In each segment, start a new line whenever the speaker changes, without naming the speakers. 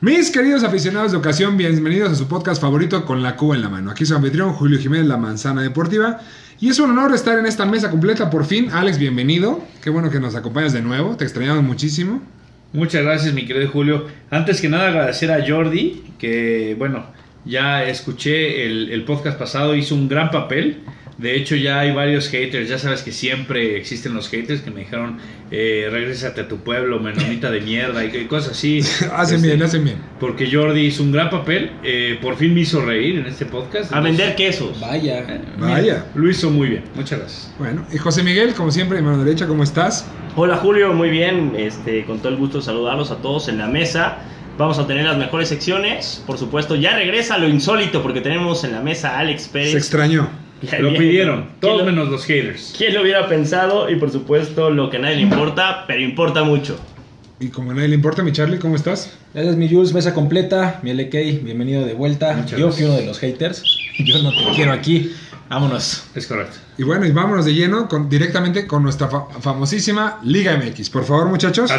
Mis queridos aficionados de ocasión, bienvenidos a su podcast favorito con la Cuba en la mano. Aquí su anfitrión Julio Jiménez, la manzana deportiva. Y es un honor estar en esta mesa completa por fin. Alex, bienvenido. Qué bueno que nos acompañas de nuevo. Te extrañamos muchísimo.
Muchas gracias, mi querido Julio. Antes que nada, agradecer a Jordi, que bueno, ya escuché el, el podcast pasado, hizo un gran papel. De hecho, ya hay varios haters. Ya sabes que siempre existen los haters que me dijeron: eh, Regrésate a tu pueblo, menonita de mierda, y, y cosas así.
hacen
Este,
bien, hacen bien.
Porque Jordi hizo un gran papel. eh, por fin me hizo reír en este podcast.
A vender quesos.
Eh,
Vaya.
mira,
Vaya.
Lo hizo muy bien. Muchas gracias.
Bueno, y José Miguel, como siempre, mi mano derecha, ¿cómo estás?
Hola Julio, muy bien. Este, con todo el gusto de saludarlos a todos en la mesa. Vamos a tener las mejores secciones. Por supuesto, ya regresa lo insólito porque tenemos en la mesa a Alex
Se
Pérez.
extrañó.
Lo pidieron, todos
¿Quién lo,
menos los haters.
quién lo hubiera pensado? Y por supuesto, lo que a nadie le importa, pero importa mucho.
Y como a nadie le importa, mi Charlie, ¿cómo estás?
Gracias, mi Jules, mesa completa. Mi LK, bienvenido de vuelta.
Muchas
Yo
gracias.
fui uno de los haters. Yo no te quiero aquí. Vámonos.
Es correcto.
Y bueno, y vámonos de lleno con- directamente con nuestra fa- famosísima Liga MX. Por favor, muchachos.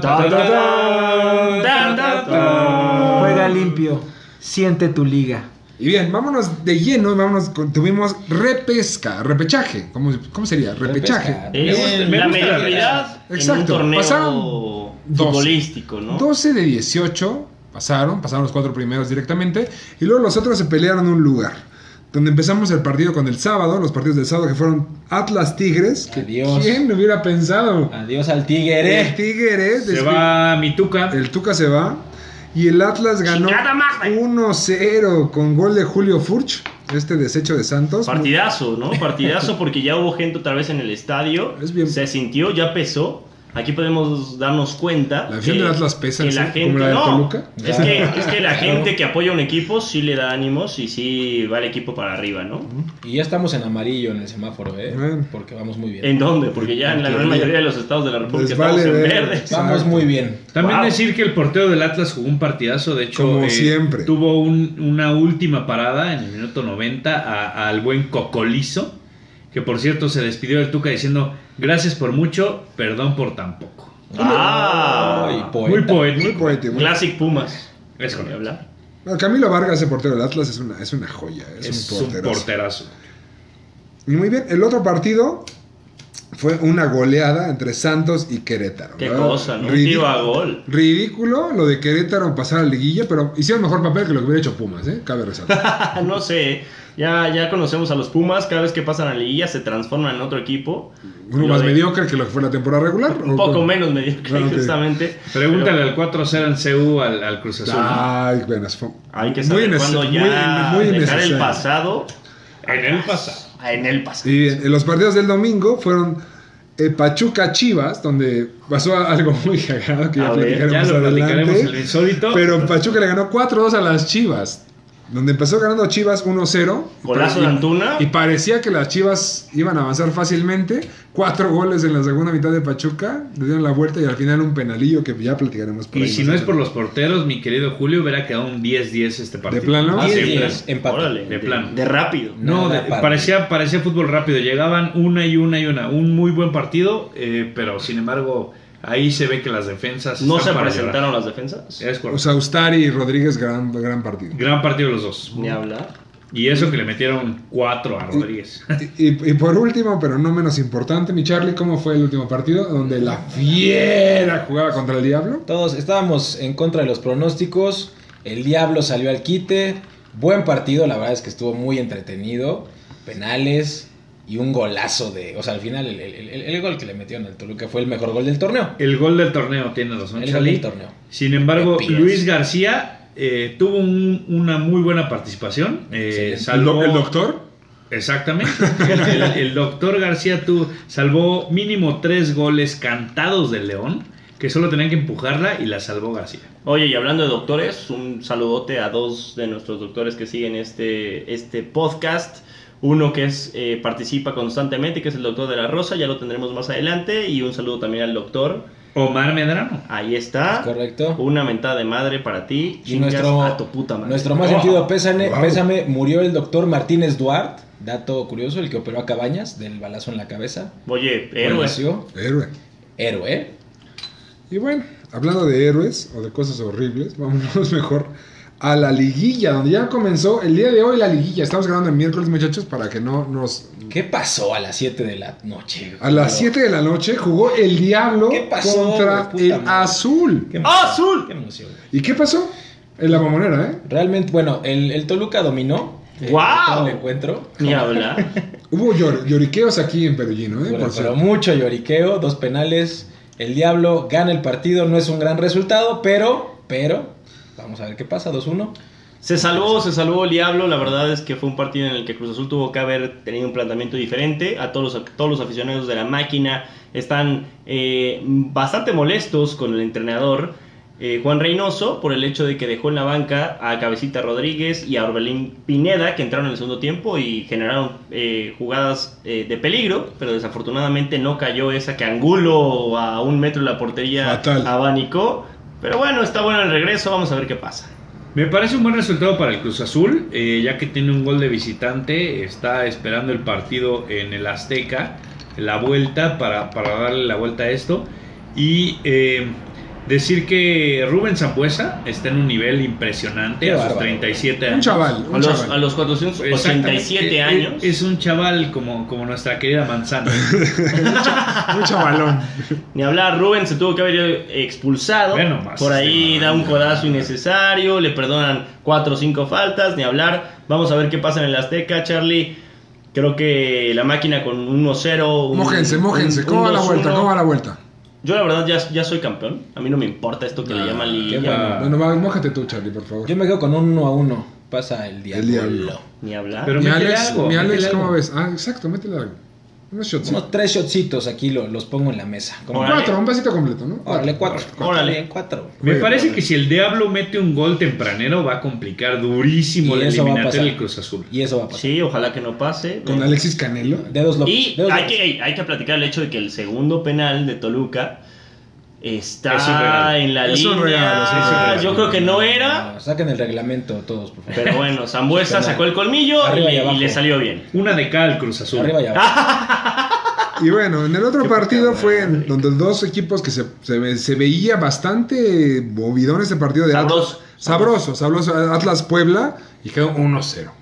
Ta-ta-tan, ta-ta-tan, ta-ta-tan.
Juega limpio. Siente tu liga.
Y bien, vámonos de lleno, vámonos, con- tuvimos repesca, repechaje, ¿cómo, cómo sería? Repechaje.
Repesca.
Es
gusta, me
la
gusta.
mediocridad en un
Exacto.
torneo
Pasaron dos.
futbolístico, ¿no?
12 de 18 pasaron, pasaron los cuatro primeros directamente, y luego los otros se pelearon un lugar. Donde empezamos el partido con el sábado, los partidos del sábado que fueron Atlas Tigres. que
Adiós.
¿Quién lo hubiera pensado?
Adiós al
El
tigre.
Tigres.
Se
despi-
va mi tuca.
El Tuca se va. Y el Atlas ganó
Chingada madre.
1-0 con gol de Julio Furch, este desecho de Santos.
Partidazo, ¿no? Partidazo porque ya hubo gente otra vez en el estadio.
Es bien.
Se sintió, ya pesó. Aquí podemos darnos cuenta.
La afición
que-
del Atlas pesa,
que
¿sí?
la
¿Como
gente,
la del
no,
Toluca?
Es
Ya.
que, es que la
Claro.
gente que apoya a un equipo sí le da ánimos y sí va el equipo para arriba, ¿no?
Y ya estamos en amarillo en el semáforo, ¿eh?
Bueno.
Porque vamos muy bien.
¿En dónde? Porque ya en la gran mayoría de los estados de la República
Les vale
estamos en
ver.
verde.
Vamos
Exacto.
muy bien.
También
Wow.
decir que el portero del Atlas jugó un partidazo, de hecho, eh,
Como siempre.
tuvo un- una última parada en el minuto 90 a- al buen Cocolizo, que por cierto se despidió del Tuca diciendo, gracias por mucho, perdón por tan poco.
Ah.
Ay,
Muy
poeta.
poético.
Muy poético.
Classic Pumas.
Es correcto.
Hablar.
No, Camilo Vargas, el portero del Atlas, es una, es una joya. Es,
Es
un
un
porterazo.
porterazo.
Y muy bien, el otro partido fue una goleada entre Santos y Querétaro.
Qué
¿verdad?
cosa, ¿no? Un
Ridí-
tiro a gol.
Ridículo lo de Querétaro pasar a la liguilla, pero hicieron mejor papel que lo que hubiera hecho Pumas, ¿eh? Cabe resaltar.
Ah, no sé. Ya, ya conocemos a los Pumas. Cada vez que pasan a la liguilla se transforman en otro equipo.
Uno
Lo
más
de-
mediocre que lo que fue la temporada regular.
Un poco menos mediocre,
Claro que-
justamente.
Pregúntale
Pero
al 4-0 en CU al, al Cruz Azul.
Ay, bueno, fue-
Hay que saber
muy innece-
cuándo
muy-
ya
muy
dejar el
innecesario.
pasado
En el pasado.
a- en el pasado.
Y bien, en los partidos del domingo fueron eh, Pachuca Chivas, donde pasó algo muy cagado que ya
A ver,
platicaremos
Ya lo
adelante.
platicaremos el insólito.
Pero Pachuca le ganó 4-2 a las Chivas. Donde empezó ganando Chivas 1-0.
Golazo de Antuna.
Y parecía que las Chivas iban a avanzar fácilmente. Cuatro goles en la segunda mitad de Pachuca. Le dieron la vuelta y al final un penalillo que ya platicaremos por
Y
ahí
si
más
no es por
adelante.
los porteros, mi querido Julio, hubiera quedado un 10-10 este partido.
plano?
Sí,
Diez,
de
diez,
plano.
empate.
Órale,
De
de,
plano.
de rápido.
No,
Nada
de-
para-
parecía, parecía fútbol rápido. Llegaban una y una y una. Un muy buen partido, eh, pero sin embargo, ahí se ve que las defensas.
No
están
se
para
presentaron
llorar.
las defensas.
Es correcto.
O sea, Ustari y Rodríguez, gran, gran partido.
Gran partido los dos.
Ni hablar.
Y eso que le metieron cuatro a Rodríguez.
Y, y- y por último, pero no menos importante, mi Charlie, ¿cómo fue el último partido? Donde la fiera jugaba contra el diablo.
Todos estábamos en contra de los pronósticos. El diablo salió al quite. Buen partido, la verdad es que estuvo muy entretenido. Penales y un golazo de. O sea, al final el, el- el- el gol que le metieron al Toluca fue el mejor gol del torneo.
El gol del torneo tiene razón,
El gol
Charlie.
del torneo.
Sin embargo,
Qué pilas.
Luis García eh, tuvo un- una muy buena participación. Eh,
Excelente.
El,
salvó-
doc- el doctor.
Exactamente. El, el- el doctor García tú salvó mínimo tres goles cantados del León. que solo tenían que empujarla y la salvó García.
Oye, y hablando de doctores, un saludote a dos de nuestros doctores que siguen este, este podcast. Uno que es, eh, participa constantemente, que es el doctor de la Rosa, ya lo tendremos más adelante. Y un saludo también al doctor.
Omar Medrano.
Ahí está.
Es correcto.
Una mentada de madre para ti.
Y
Chingas
nuestro,
a tu puta madre.
nuestro más
Wow.
sentido pésame,
Wow.
pésame, murió el doctor Martínez Duarte, dato curioso, el que operó a Cabañas del balazo en la cabeza.
Oye, héroe.
Falleció.
Héroe.
Héroe, ¿eh?
Y bueno, hablando de héroes o de cosas horribles, vámonos mejor a la liguilla, donde ya comenzó el día de hoy la liguilla. Estamos grabando el miércoles, muchachos, para que no nos...
¿Qué pasó a las 7 de la noche?
A las 7 de la noche jugó el Diablo
¿Qué pasó,
contra
güey? Puta
el
madre.
Azul.
¿Qué emoción,
¡Ah, ¡Azul!
¡Qué emoción! güey.
¿Y qué pasó? En la mamonera, ¿eh?
Realmente, bueno, el, el Toluca dominó. eh,
¡Guau!
todo el encuentro.
Ni hablar.
Hubo llor- lloriqueos aquí en Perugino, ¿eh?
Pero,
Por
pero
cierto.
mucho lloriqueo, dos penales. El Diablo gana el partido, no es un gran resultado, pero, pero, vamos a ver qué pasa, 2-1.
Se salvó, se salvó el diablo. La verdad es que fue un partido en el que Cruz Azul tuvo que haber tenido un planteamiento diferente. A todos los, todos los aficionados de la máquina están eh, bastante molestos con el entrenador eh, Juan Reynoso por el hecho de que dejó en la banca a Cabecita Rodríguez y a Orbelín Pineda que entraron en el segundo tiempo y generaron eh, jugadas eh, de peligro, pero desafortunadamente no cayó esa que Angulo a un metro de la portería
Fatal.
abanicó. Pero bueno, está bueno el regreso, vamos a ver qué pasa.
Me parece un buen resultado para el Cruz Azul, eh, ya que tiene un gol de visitante, está esperando el partido en el Azteca, la vuelta para, para darle la vuelta a esto. Y eh, decir que Rubén Zambuesa está en un nivel impresionante
Qué
a sus
bárbaro.
37
Un
años.
chaval,
A
un
los, a
chaval.
los 487
Exactamente. Eh,
años.
Es, es un chaval como, como nuestra querida manzana.
Un chavalón.
Ni hablar, Rubén se tuvo que haber expulsado.
Ve nomás,
Por ahí
este
da un
man.
codazo innecesario, le perdonan 4 o 5 faltas. Ni hablar, vamos a ver qué pasa en el Azteca, Charlie. Creo que la máquina con 1-0. un-
Mójense, mójense.
un-
¿Cómo
un
va la
2-1.
vuelta? ¿Cómo va la vuelta?
Yo la verdad ya, ya soy campeón. A mí no me importa esto que le
Ah,
llaman
qué
liguilla.
bueno.
Ah.
Bueno, va, mójate tú, Charlie, por favor.
Yo me quedo con un 1 a 1. Pasa el Diablo.
El Diablo.
Ni hablar.
Pero
Mi
métele
Alex,
algo,
mi Alex,
métele
¿cómo
algo.
ves? Ah, exacto, métele algo. Unos shots.
Unos tres shotcitos aquí lo- los pongo en la mesa. Como,
Órale.
Cuatro, un vasito completo, ¿no?
órale, cuatro.
Órale.
Bien, cuatro.
Me
Juega,
parece
hombre.
que si el Diablo mete un gol tempranero va a complicar durísimo
Y
la
eso va a
eliminatoria
pasar.
del Cruz Azul.
Y eso va a pasar.
Sí, ojalá que no pase. Eh,
Con Alexis Canelo.
Dedos locos.
Y
dedos
hay
locos.
que, hay que platicar el hecho de que el segundo penal de Toluca
Es un
está
regalo.
en la
Es un
línea.
regalo, sí, es un regalo.
Yo creo que no era,
No, saquen el reglamento todos, por favor.
pero bueno, Zambuesa sacó el colmillo y,
Arriba y
le- y
abajo.
le salió bien.
Una de cada al Cruz Azul.
Arriba y
Ah.
abajo.
Y bueno, en el otro
Qué
partido
poca
fue
madre.
en donde dos equipos que se, se, ve- se veía bastante movidón ese partido de
Sabroso.
Atlas. Sabroso, sabroso. Atlas Puebla y quedó 1-0.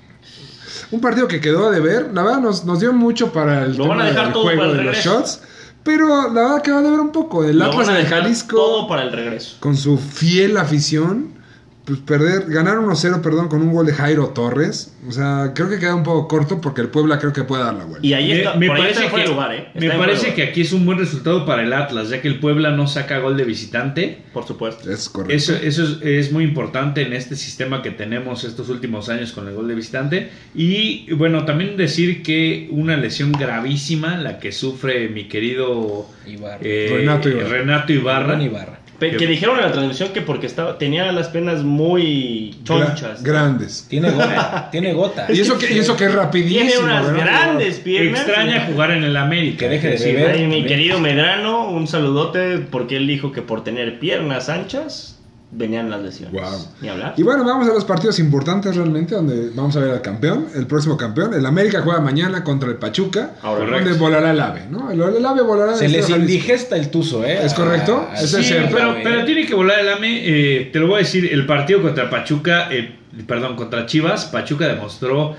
Un partido que quedó a deber. La verdad, nos, nos dio mucho para el
Lo van a dejar
del
todo
juego
para el
de los
regreso.
shots. Pero la verdad quedó a deber un poco. El
Lo
Atlas
van a
en el
dejar
Jalisco.
Todo para el regreso.
con su fiel afición, pues perder, ganar 1-0, perdón, con un gol de Jairo Torres. O sea, creo que queda un poco corto porque el Puebla creo que puede dar la vuelta.
Y ahí está,
me, me
por ahí está
parece,
en fuera
que,
de lugar, ¿eh? Está
me
en fuera de
parece
lugar.
que aquí es un buen resultado para el Atlas, ya que el Puebla no saca gol de visitante.
Por supuesto.
Es correcto.
Eso, eso es, es muy importante en este sistema que tenemos estos últimos años con el gol de visitante. Y bueno, también decir que una lesión gravísima la que sufre mi querido
Ibarra.
eh,
Renato Ibarra.
Renato Ibarra.
Iván Ibarra.
Pe- Que dijeron en la transmisión que porque estaba, tenía las penas muy
Gra-
chonchas.
grandes.
Tiene gota. tiene gota.
Y eso que, y eso que es rapidísimo.
Tiene unas
¿verdad?
grandes piernas.
Extraña jugar en el América.
Que deje de
Sí,
beber.
Ay, mi
Bien.
querido Medrano, un saludote porque él dijo que por tener piernas anchas venían las lesiones.
Guau.
Ni hablar.
Y bueno, vamos a los partidos importantes realmente, donde vamos a ver al campeón, el próximo campeón. El América juega mañana contra el Pachuca,
Ahora,
donde
correcto.
volará el ave, ¿no? El, el ave volará
Se
desde
les
Este Jalisco.
indigesta el tuzo, ¿eh?
¿Es correcto?
A- a-
Eso es
Sí,
cierto.
pero, pero tiene que volar el AME. eh, te lo voy a decir, el partido contra Pachuca, eh, perdón, contra Chivas, Pachuca demostró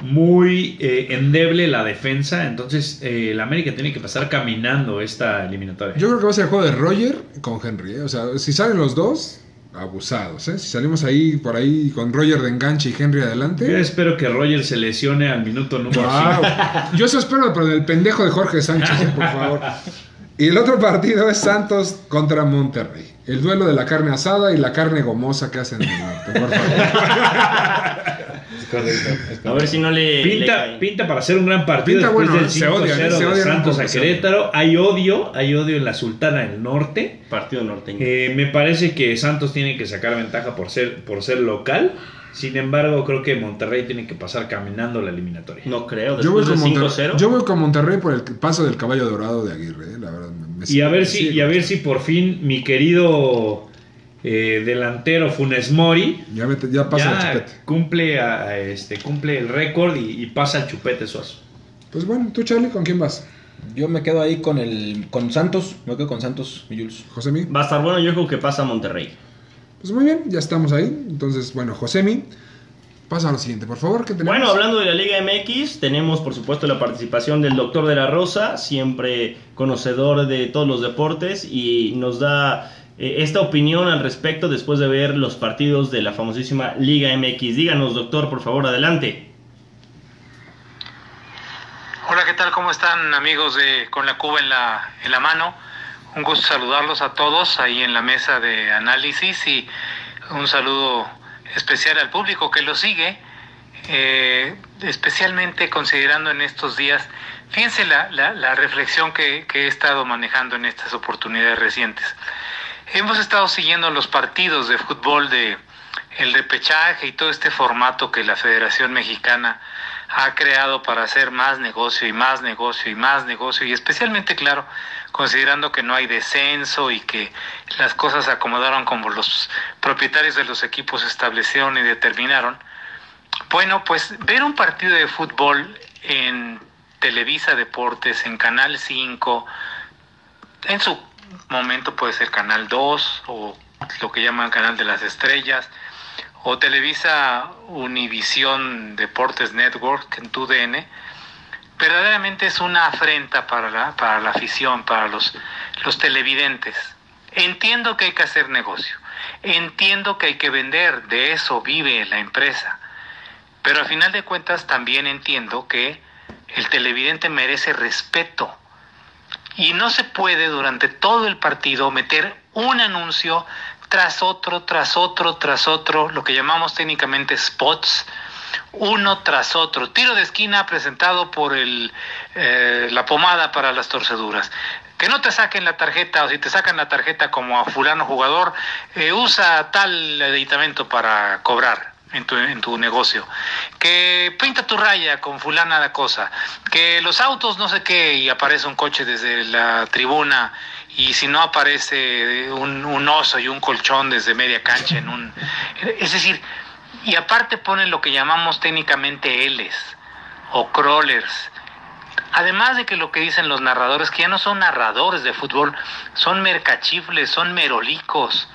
muy eh, endeble la defensa, entonces eh, el América tiene que pasar caminando esta eliminatoria.
Yo creo que va a ser el juego de Roger con Henry. ¿eh? O sea, si salen los dos, abusados. ¿eh? Si salimos ahí por ahí con Roger de enganche y Henry
Yo
adelante.
espero que Roger se lesione al minuto número
Ah,
5.
¡Wow! Yo eso espero, pero del pendejo de Jorge Sánchez, ¿eh? por favor. Y el otro partido es Santos contra Monterrey. El duelo de la carne asada y la carne gomosa que hacen en el norte, por favor.
correcto. es
A ver si no le. le
Pinta,
cae.
pinta para hacer un gran partido
Pinta
después
bueno, ¿eh?
del
se
5-0
odian,
de
se odian un
Santos a
poco, se
Querétaro. Hay odio, hay odio en la Sultana del Norte.
Partido norteño.
Eh, me parece que Santos tiene que sacar ventaja por ser, por ser local. Sin embargo, creo que Monterrey tiene que pasar caminando la eliminatoria.
No creo.
Yo voy,
Después de
con Monterrey,
5-0.
yo voy con Monterrey por el paso del caballo dorado de Aguirre, eh, la verdad. me- me-
y a ver
me
si,
sigue.
y a ver si por fin mi querido eh, delantero Funes Mori
Ya, vete- ya pasa el
ya
chupete.
cumple, a- a este, cumple el récord y, y pasa el chupete Suazo.
Pues bueno, tú, Charlie, ¿con quién vas?
Yo me quedo ahí con el con Santos, me quedo con Santos y Jules.
¿Josemi?
Va a estar bueno. Yo creo que pasa a Monterrey.
Pues muy bien, ya estamos ahí. Entonces, bueno, Josemi, pasa a lo siguiente, por favor. ¿qué tenemos?
Bueno, hablando de la Liga MX, tenemos por supuesto la participación del Doctor de la Rosa, siempre conocedor de todos los deportes y nos da eh, esta opinión al respecto después de ver los partidos de la famosísima Liga MX. Díganos, doctor, por favor, adelante.
Hola, ¿qué tal? ¿Cómo están amigos de Con la Cuba en la, en la mano? Un gusto saludarlos a todos ahí en la mesa de análisis y un saludo especial al público que lo sigue, eh, especialmente considerando en estos días, fíjense la, la- la reflexión que- que he estado manejando en estas oportunidades recientes. Hemos estado siguiendo los partidos de fútbol de el repechaje y todo este formato que la Federación Mexicana ha creado para hacer más negocio y más negocio y más negocio y especialmente claro considerando que no hay descenso y que las cosas se acomodaron como los propietarios de los equipos establecieron y determinaron. Bueno, pues ver un partido de fútbol en Televisa Deportes, en Canal 5, en su momento puede ser Canal 2 o lo que llaman Canal de las Estrellas o Televisa Univisión Deportes Network en TUDN, verdaderamente es una afrenta para la, para la afición, para los, los televidentes. Entiendo que hay que hacer negocio, entiendo que hay que vender, de eso vive la empresa, pero al final de cuentas también entiendo que el televidente merece respeto y no se puede durante todo el partido meter un anuncio tras otro, tras otro, tras otro, lo que llamamos técnicamente spots, uno tras otro. Tiro de esquina presentado por el, eh, la pomada para las torceduras. Que no te saquen la tarjeta o si te sacan la tarjeta como a fulano jugador, eh, usa tal aditamento para cobrar en tu, en tu negocio. Que pinta tu raya con fulana la cosa. Que los autos no sé qué y aparece un coche desde la tribuna y si no aparece un, un oso y un colchón desde media cancha en un... Es decir, y aparte ponen lo que llamamos técnicamente Ls o crawlers. Además de que lo que dicen los narradores, que ya no son narradores de fútbol, son mercachifles, son merolicos.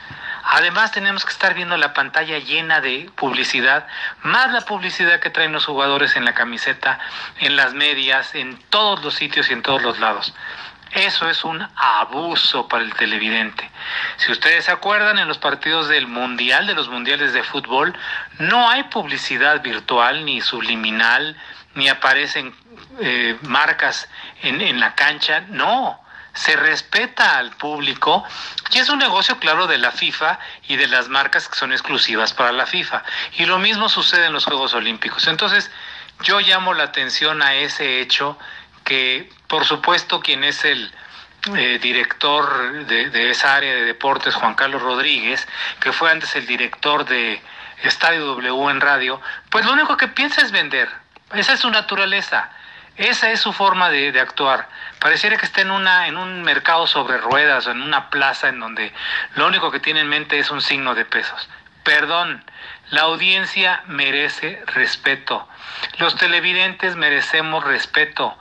Además tenemos que estar viendo la pantalla llena de publicidad, más la publicidad que traen los jugadores en la camiseta, en las medias, en todos los sitios y en todos los lados. Eso es un abuso para el televidente. Si ustedes se acuerdan, en los partidos del Mundial, de los Mundiales de Fútbol, no hay publicidad virtual ni subliminal, ni aparecen eh, marcas en, en la cancha. No, se respeta al público y es un negocio claro de la FIFA y de las marcas que son exclusivas para la FIFA. Y lo mismo sucede en los Juegos Olímpicos. Entonces, yo llamo la atención a ese hecho que, por supuesto, quien es el eh, director de, de esa área de deportes, Juan Carlos Rodríguez, que fue antes el director de Estadio W en radio, pues lo único que piensa es vender. Esa es su naturaleza. Esa es su forma de, de actuar. Pareciera que está en, una, en un mercado sobre ruedas o en una plaza en donde lo único que tiene en mente es un signo de pesos. Perdón, la audiencia merece respeto. Los televidentes merecemos respeto.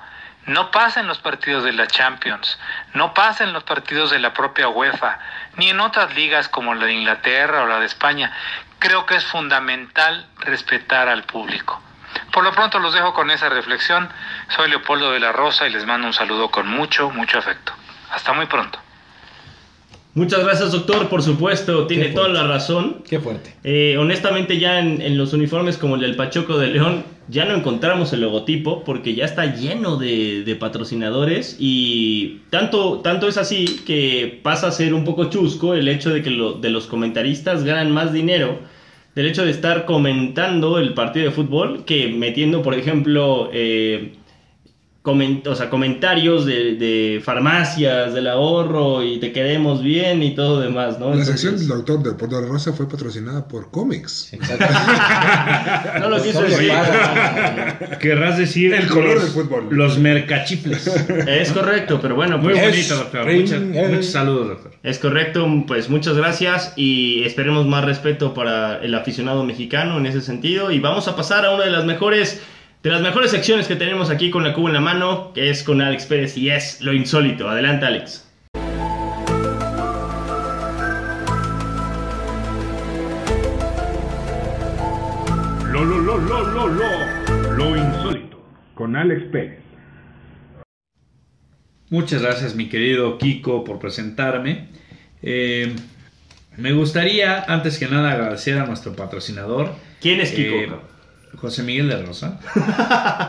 No pasa en los partidos de la Champions, no pasa en los partidos de la propia UEFA, ni en otras ligas como la de Inglaterra o la de España. Creo que es fundamental respetar al público. Por lo pronto los dejo con esa reflexión. Soy Leopoldo de la Rosa y les mando un saludo con mucho, mucho afecto. Hasta muy pronto.
Muchas gracias, doctor, por supuesto, tiene
Qué
toda
fuerte.
la razón.
Qué fuerte.
Eh, honestamente, ya en, en los uniformes como el del Pachoco de León, ya no encontramos el logotipo porque ya está lleno de, de patrocinadores y tanto, tanto es así que pasa a ser un poco chusco el hecho de que lo- de los comentaristas ganan más dinero del hecho de estar comentando el partido de fútbol que metiendo, por ejemplo, eh, comen- o sea, comentarios de, de farmacias, del ahorro y te queremos bien y todo demás, ¿no?
La
Entonces,
sección del doctor del Puerto de Rosa fue patrocinada por cómics.
No lo quiso decir.
Querrás decir
El color
los-
del fútbol.
Los mercachifles.
Es correcto, pero bueno,
Muy
pues,
bonito, doctor. Muchas- muchos saludos, doctor.
Es correcto, pues muchas gracias y esperemos más respeto para el aficionado mexicano en ese sentido. Y vamos a pasar a una de las mejores, de las mejores secciones que tenemos aquí con la cuba en la mano, que es con Alex Pérez y es lo insólito. Adelante, Alex.
Lo, lo, lo, lo, lo, lo, lo insólito.
Con Alex Pérez.
Muchas gracias, mi querido Kiko, por presentarme. Eh, me gustaría, antes que nada, agradecer a nuestro patrocinador.
¿Quién es Kiko?
Eh, José Miguel de Rosa.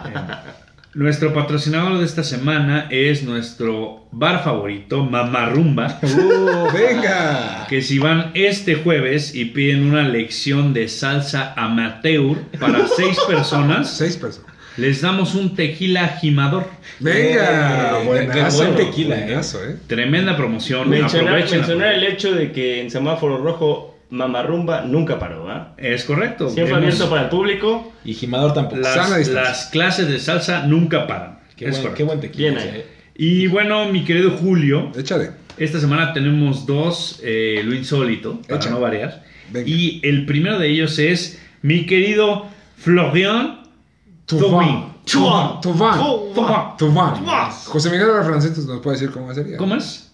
Eh, nuestro patrocinador de esta semana es nuestro bar favorito, Mamarrumba.
Uh. ¡Venga!
Que si van este jueves y piden una lección de salsa amateur para seis personas,
Seis personas.
les damos un tequila jimador.
¡Venga!
Eh,
buenazo,
buen tequila, eh.
buenazo, eh.
Tremenda promoción.
Mencionar,
Aprovechen,
mencionar el hecho de que en semáforo rojo Mamarrumba nunca paró, ¿ah?
Es correcto.
Siempre
Hemos-
abierto para el público.
Y Jimador tampoco.
Sana
las,
distancia.
las clases de salsa nunca paran.
Qué
Es
buen,
correcto.
qué buen tequila.
Bien ahí.
eh.
Y bueno, mi querido Julio,
Échale.
esta semana tenemos dos, eh, lo insólito, para
Échale.
no variar.
Venga.
Y el primero de ellos es mi querido Florian Thauvin.
Tuván.
Thauvin.
Tuván.
Thauvin.
Tuván.
Tuván.
José Miguel de Francetos nos puede decir cómo sería.
¿Cómo es?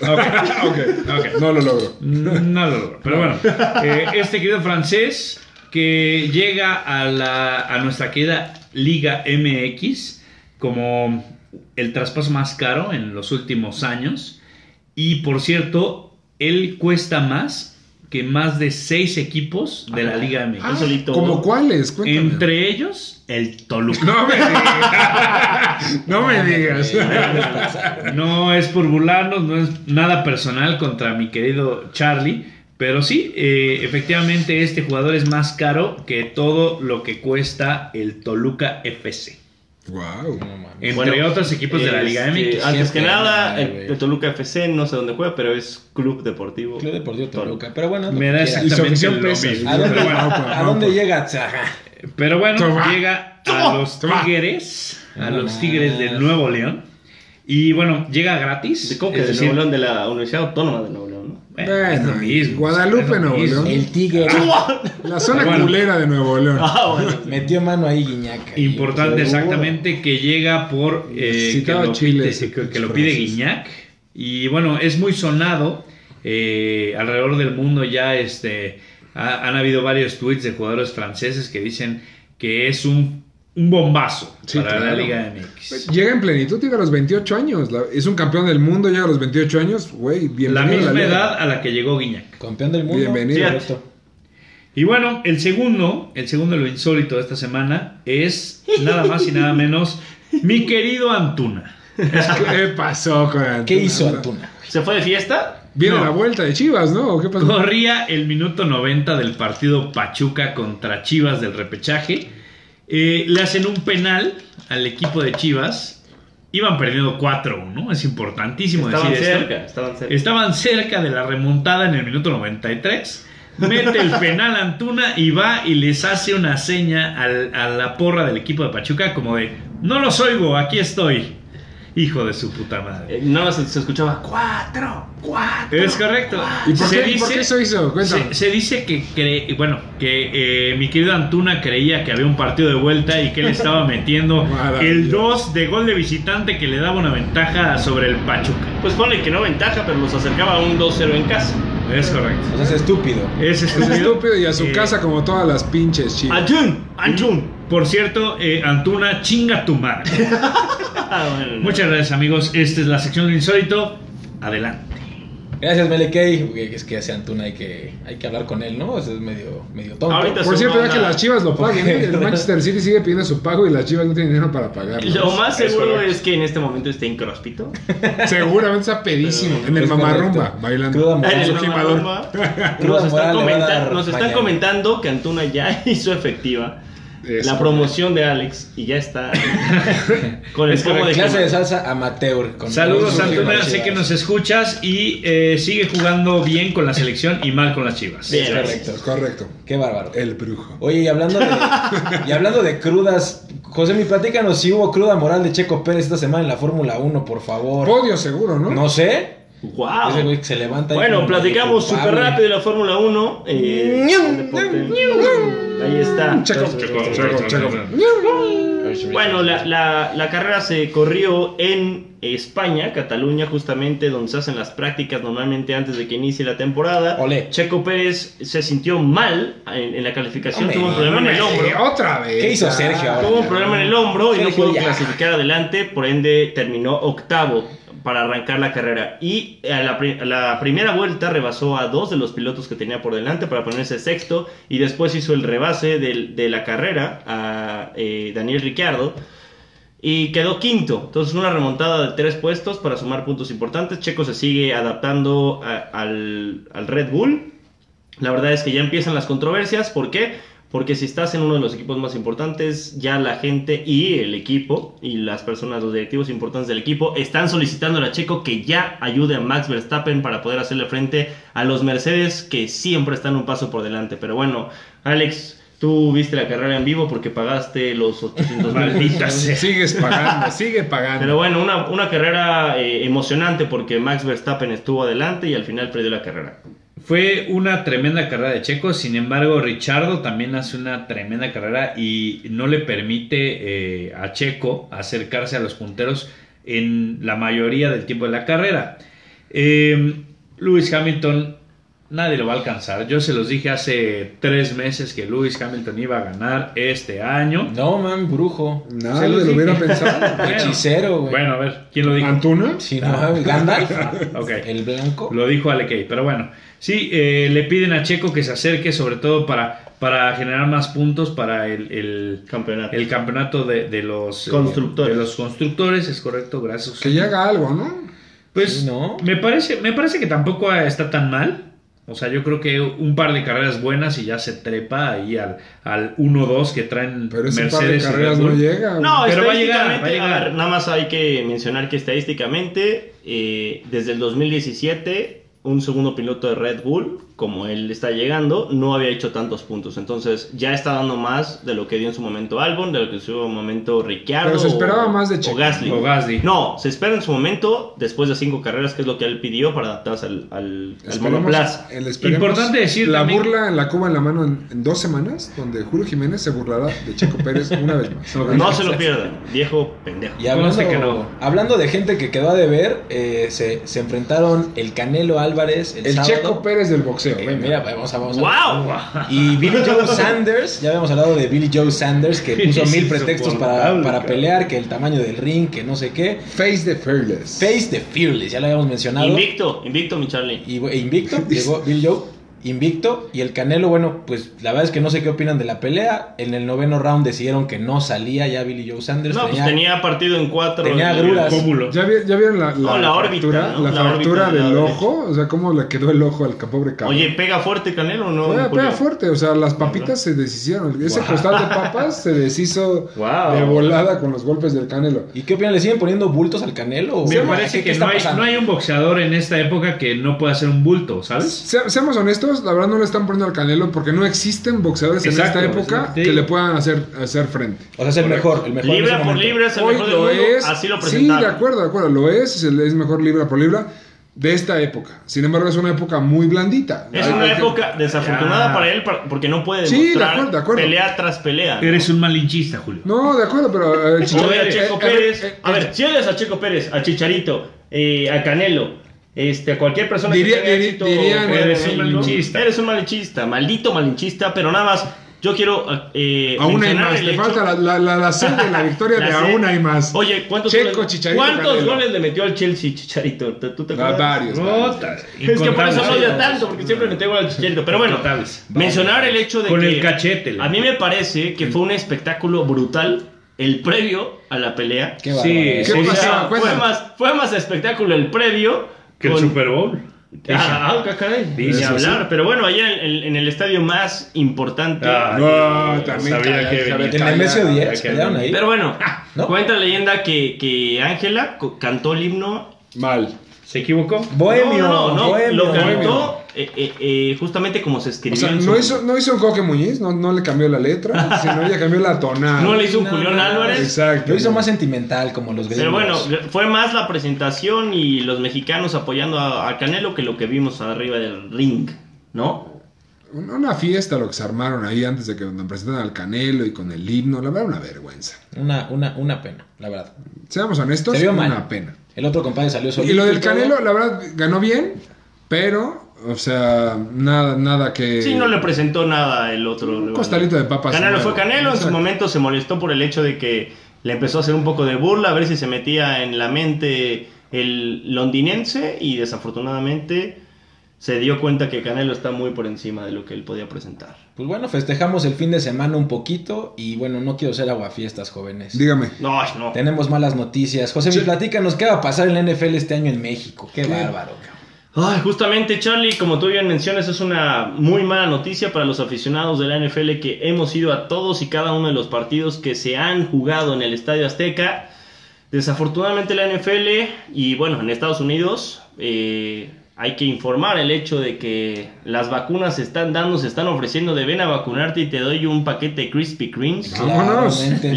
Ok,
Ok.
ok.
No lo logro.
Mm, No lo logró. Pero bueno, eh, este querido francés que llega a, la, a nuestra querida Liga MX como el traspaso más caro en los últimos años. Y por cierto, él cuesta más que más de seis equipos de
Ah.
la Liga MX.
Él solito.
¿Cómo cuáles? Cuéntame.
Entre ellos, el Toluca.
No me digas. No me digas.
No es por burlarnos, no es nada personal contra mi querido Charlie. Pero sí, eh, efectivamente este jugador es más caro que todo lo que cuesta el Toluca FC.
Wow.
No mames.
Entre
Bueno,
otros equipos de la Liga
Este,
ah,
MX.
Antes que
Siempre
nada,
gana,
el,
güey.
el Toluca FC, no sé dónde juega, pero es Club Deportivo.
Club Deportivo Toluca. Pero bueno, lo
Me
que
da
quieras.
Y su
exactamente
afición
lo
pesa.
mismo.
¿A dónde,
Pero bueno,
a dónde
pues.
llega? Ajá.
pero bueno,
Toma.
llega a
Toma.
los
Toma.
Tigres, a
No
los
más.
Tigres del Nuevo León. Y bueno, llega gratis.
¿De cómo que
es
de
decir,
Nuevo León? De la Universidad Autónoma de Nuevo León, ¿no?
bueno, es lo
Bueno,
mismo,
Guadalupe,
es lo
Nuevo
mismo.
León.
El Tigre
La zona
Bueno.
culera de Nuevo León.
Ah, bueno.
metió mano ahí,
pues,
Guiñaca.
Importante,
Y-
exactamente, que llega por eh, que,
Necesitaba pues,
lo
chile
pide,
ese
que- que
pinche
lo pide
francés.
Guiñac. Y bueno, es muy sonado. eh, alrededor del mundo ya este, ha- han habido varios tweets de jugadores franceses que dicen que es un, un bombazo
Sí,
para la
claro. Pues,
Liga MX.
Llega en plenitud, llega a los 28 años. La- es un campeón del mundo, llega a los 28 años. Güey, bienvenido.
La
a
misma
liga.
edad a la que llegó Guiñac.
Campeón del mundo.
Bienvenido.
Correcto.
Y bueno, el segundo, el segundo lo insólito de esta semana es nada más y nada menos mi querido Antuna.
¿Qué pasó con Antuna?
¿Qué hizo Antuna?
¿Se fue de fiesta?
Viene
No.
la vuelta de Chivas, ¿no? ¿O ¿Qué pasó?
Corría el minuto 90 del partido Pachuca contra Chivas del repechaje. Eh, le hacen un penal al equipo de Chivas. Iban perdiendo 4-1. Es importantísimo
Estaban
decir esto.
cerca, estaban cerca.
Estaban cerca de la remontada en el minuto 93. Mete el penal Antuna y va y les hace una seña al- a la porra del equipo de Pachuca como de, no los oigo, aquí estoy. Hijo de su puta madre.
Eh, nada más se, se escuchaba cuatro, cuatro.
Es correcto.
¿Y por
Se
qué, ¿y por
dice-
qué eso hizo? Cuéntame.
se, se dice que, cre- bueno, que eh, mi querido Antuna creía que había un partido de vuelta y que le estaba metiendo
Maravilla.
el 2 de gol de visitante que le daba una ventaja sobre el Pachuca.
Pues ponle que no ventaja, pero los acercaba a un 2-0 en casa.
Es correcto.
O sea, es estúpido.
Es
Es estúpido.
estúpido y a su
Eh,
casa como todas las pinches chivas.
¡Anchun! ¡Anchun!
Por cierto, eh, Antuna, chinga tu madre.
Ah, bueno, no.
Muchas gracias, amigos. Esta es la sección de Insólito. Adelante.
Gracias, Melekei. Güey, Es que ese Antuna hay que, hay que hablar con él, ¿no? Ese es medio, medio tonto.
Ahorita
Por
se
cierto, ya
manda-
que las Chivas lo paguen. ¿eh? El Manchester City sigue pidiendo su pago y las Chivas no tienen dinero para pagarlo.
Lo más
Es
seguro
correcto.
es que en este momento esté incróspito.
Seguramente está pedísimo. En el
Es
mamarrumba,
correcto. Cruda
bailando.
moral.
Con su
Nos
gimador.
Cruda
están,
moral le va a
comenta-
dar
nos están
mañana.
comentando que Antuna ya hizo efectiva
Es
la promoción de Alex y ya está con el
Es
pomo de
Clase de
comer.
salsa amateur. con-
Saludos,
con-
Antuna.
con-
Sé que nos escuchas y eh, sigue jugando bien con la selección y mal con las chivas.
Bien.
Es correcto.
Es correcto.
Qué bárbaro.
El brujo.
Oye, y hablando de, y hablando de crudas, José, mi platícanos si hubo cruda moral de Checo Pérez esta semana en la Fórmula 1, por favor.
Podio seguro, ¿no?
No sé.
Ah.
Guau.
Ese güey que se levanta. ahí
Bueno,
como
platicamos
culpable.
súper rápido de la Fórmula 1. eh, el deporte. Ahí está. este,
Checo,
Checo,
checo,
checo,
checo.
Bueno, la, la- la carrera se corrió en España, Cataluña, justamente donde se hacen las prácticas normalmente antes de que inicie la temporada.
Olé.
Checo Pérez se sintió mal en, en la calificación,
No
tuvo
me
un problema en el
Eh,
hombro.
Otra vez.
¿Qué hizo Sergio
Ah,
ahora?
Tuvo un problema en el hombro y no
Sergio,
pudo
ya.
clasificar adelante, por ende terminó octavo para arrancar la carrera. Y eh, a la, pri- a la primera vuelta rebasó a dos de los pilotos que tenía por delante para ponerse sexto y después hizo el rebase del- de la carrera a eh, Daniel Ricciardo. Y quedó quinto. Entonces una remontada de tres puestos para sumar puntos importantes. Checo se sigue adaptando a- al, al Red Bull. La verdad es que ya empiezan las controversias. ¿Por qué? Porque si estás en uno de los equipos más importantes, ya la gente y el equipo y las personas, los directivos importantes del equipo, están solicitando a Checo que ya ayude a Max Verstappen para poder hacerle frente a los Mercedes que siempre están un paso por delante. Pero bueno, Alex, tú viste la carrera en vivo porque pagaste los 800 mil
Maldita sea.
Sigues pagando, sigue pagando.
pero bueno, una, una carrera eh, emocionante porque Max Verstappen estuvo adelante y al final perdió la carrera.
Fue una tremenda carrera de Checo, sin embargo Richardo también hace una tremenda carrera y no le permite eh, a Checo acercarse a los punteros en la mayoría del tiempo de la carrera. Eh, Lewis Hamilton nadie lo va a alcanzar. Yo se los dije hace tres meses que Lewis Hamilton iba a ganar este año.
No, man, brujo.
Nadie
los
lo
dije.
hubiera pensado.
Bueno.
Hechicero, güey.
Bueno, a ver, ¿quién lo dijo?
¿Antuna?
Si no, Gandalf.
Ok.
El blanco.
Lo dijo Alekei, pero bueno. Sí, eh, le piden a Checo que se acerque, sobre todo para, para generar más puntos para el, el,
Campeonato.
el campeonato de, de los eh,
Constructores.
de los constructores, es correcto, gracias.
Que ya haga algo, ¿no?
Pues
Sí, ¿no?
me parece, me parece que tampoco eh, está tan mal. O sea, yo creo que un par de carreras buenas y ya se trepa ahí al, al 1-2 que traen
Pero ese par de
Mercedes y Red
carreras no
Bull.
llega. güey.
No,
Pero va a
estadísticamente,
llegar, va a llegar.
ver, nada más hay que mencionar que estadísticamente, eh, desde el 2017, un segundo piloto de Red Bull, como él está llegando, no había hecho tantos puntos. Entonces ya está dando más de lo que dio en su momento Albon, de lo que en su momento Ricciardo.
Pero se esperaba
o-
más de
o
Checo.
Gasly.
O Gasly.
No, se espera en su momento, después de cinco carreras, que es lo que él pidió para adaptarse al, al, al
Esperemos-
monoplaza.
el- esperemos
Importante decir
La
también-
burla en la Cuba en la mano en, en dos semanas, donde Julio Jiménez se burlará de Checo Pérez una vez más.
Ok.
No se lo pierdan, viejo pendejo.
Y hablando,
Conste que no.
hablando de gente que quedó a deber, eh, se, se enfrentaron el Canelo Álvarez el,
El
sábado.
Checo Pérez del boxeo.
Eh,
venga.
mira, vamos a... Vamos
¡Wow!
a- Y Billy Joe Sanders, ya habíamos hablado de Billy Joe Sanders, que puso mil pretextos para,
Insoportable,
para
cabrón.
pelear, que el tamaño del ring, que no sé qué.
Face the Fearless.
Face the Fearless, ya lo habíamos mencionado.
Invicto, invicto, mi Charlie.
Y, e invicto, llegó Bill Joe, invicto. Y el Canelo, bueno, pues la verdad es que no sé qué opinan de la pelea. En el noveno round decidieron que no salía ya Billy Joe Sanders.
No, pues tenía partido en cuatro.
tenía
en-
agruras.
Pómulo.
¿Ya, vi- ya vieron la, la,
No, la órbita,
fractura,
¿no?
la
La
fractura
órbita del
del
lado
ojo? O sea, ¿cómo le quedó el ojo al ca- pobre cabrón?
Oye, ¿pega fuerte Canelo o no?
Pega,
Julio?
pega fuerte, o sea, las papitas se deshicieron. Ese costal de papas se deshizo
Wow.
de volada con los golpes del canelo.
¿Y qué opinan? ¿Le siguen poniendo bultos al Canelo?
Me
¿Qué-
parece
qué
que
está
no hay,
pasando?
no hay un boxeador en esta época que no pueda hacer un bulto, ¿sabes?
Se- seamos honestos, la verdad no le están poniendo al canelo porque no existen boxeadores
Exacto,
en esta época
sí, te
que
digo.
le puedan hacer, hacer frente.
O sea, es el mejor, el mejor. en ese
Libra por
momento.
libra es el
Hoy
mejor del
lo
mundo.
es.
Así lo
sí,
presentaron.
de acuerdo, de acuerdo, lo es, es, el- es mejor libra por libra de esta época. Sin embargo, es una época muy blandita.
Es
Hay-
una
hay que-
época desafortunada
Ya.
para él par- porque no puede
Sí, de
demostrar
acuerdo, de acuerdo.
pelea tras pelea. ¿no?
Eres un malinchista, Julio.
No, de acuerdo, pero... eh,
Si
Chicharito-
odias a
eh,
Checo
eh,
Pérez.
eh,
a ver, si odias a Checo Pérez, a Chicharito, eh, a Canelo, este, a cualquier persona
Diría-
que tenga
diri-
éxito,
dirían,
fuera de
eres un
México,
malinchista.
Eres un malinchista, maldito malinchista, pero nada más. Yo quiero eh,
Aún hay
mencionar
más.
el
Le
hecho-
falta la, la, la, la sed de la victoria de
La sé.
aún hay más.
Oye, ¿cuántos,
Checo,
goles,
Chicharito,
¿cuántos
Canelo.
goles le metió al Chelsea Chicharito? ¿Tú tú te
Va-
acuerdas?
varios. varios.
Puta,
Es que por eso no odio
incontables.
tanto, porque siempre metemos al Chicharito. Pero bueno,
Incontables.
mencionar el hecho de
Con
que.
el cachete, la-
A mí me parece que fue un espectáculo brutal el previo a la pelea.
Qué bárbaro.
sí.
¿Qué
O sea,
pasaba?
fue,
Cuéntame.
más, fue más espectáculo el previo
Que el
con-
Super Bowl.
Ah, ah, caray, ni
Eso sí.
hablar. Pero bueno, ayer en, en- en el estadio más importante.
Ah,
No,
no
también
sabía
calla,
que
sabía
venía.
que-
En Nemesio
Calla,
10
calla,
quedaron ahí.
pero bueno,
Ah,
¿No?
cuenta la leyenda que que Ángela co- cantó el himno
Mal.
¿Se equivocó?
Bohemio.
No, no, no,
bohemio.
lo cantó eh, eh, eh, justamente como se
O
escribió.
sea,
en su-
no hizo, no hizo un Coque Muñiz, no, no le cambió la letra, sino ella cambió la tonada.
No le hizo un
No,
Julián
no,
Álvarez.
Exacto.
Lo hizo más sentimental, como los gringos.
Pero bueno, fue más la presentación y los mexicanos apoyando a, a Canelo que lo que vimos arriba del ring, ¿no?
Un- Una fiesta lo que se armaron ahí antes de que nos presentaran al Canelo y con el himno. La verdad, una vergüenza.
Una, una, una pena, la verdad.
Seamos honestos,
Se vio
una
mal.
pena.
El otro compadre salió solito.
Y lo del
todo.
Canelo, la verdad, ganó bien, pero, o sea, nada, nada que...
Sí, no le presentó nada el otro. rival.
costalito de papas
Canelo
nuevo.
fue Canelo, en su
Exacto.
momento se molestó por el hecho de que le empezó a hacer un poco de burla, a ver si se metía en la mente el londinense y desafortunadamente se dio cuenta que Canelo está muy por encima de lo que él podía presentar.
Pues bueno, festejamos el fin de semana un poquito. Y bueno, no quiero ser aguafiestas, jóvenes.
Dígame.
No, no.
Tenemos malas noticias. José,
Sí.
platícanos qué va a pasar en la NFL este año en México. Qué,
¿Qué?
bárbaro, cabrón.
Ay, justamente Charlie, como tú bien mencionas, es una muy mala noticia para los aficionados de la NFL que hemos ido a todos y cada uno de los partidos que se han jugado en el Estadio Azteca. Desafortunadamente la NFL y bueno, en Estados Unidos eh, hay que informar el hecho de que las vacunas se están dando, se están ofreciendo de ven a vacunarte y te doy un paquete de Krispy Kremes.
Ah,
Vámonos.
Claramente.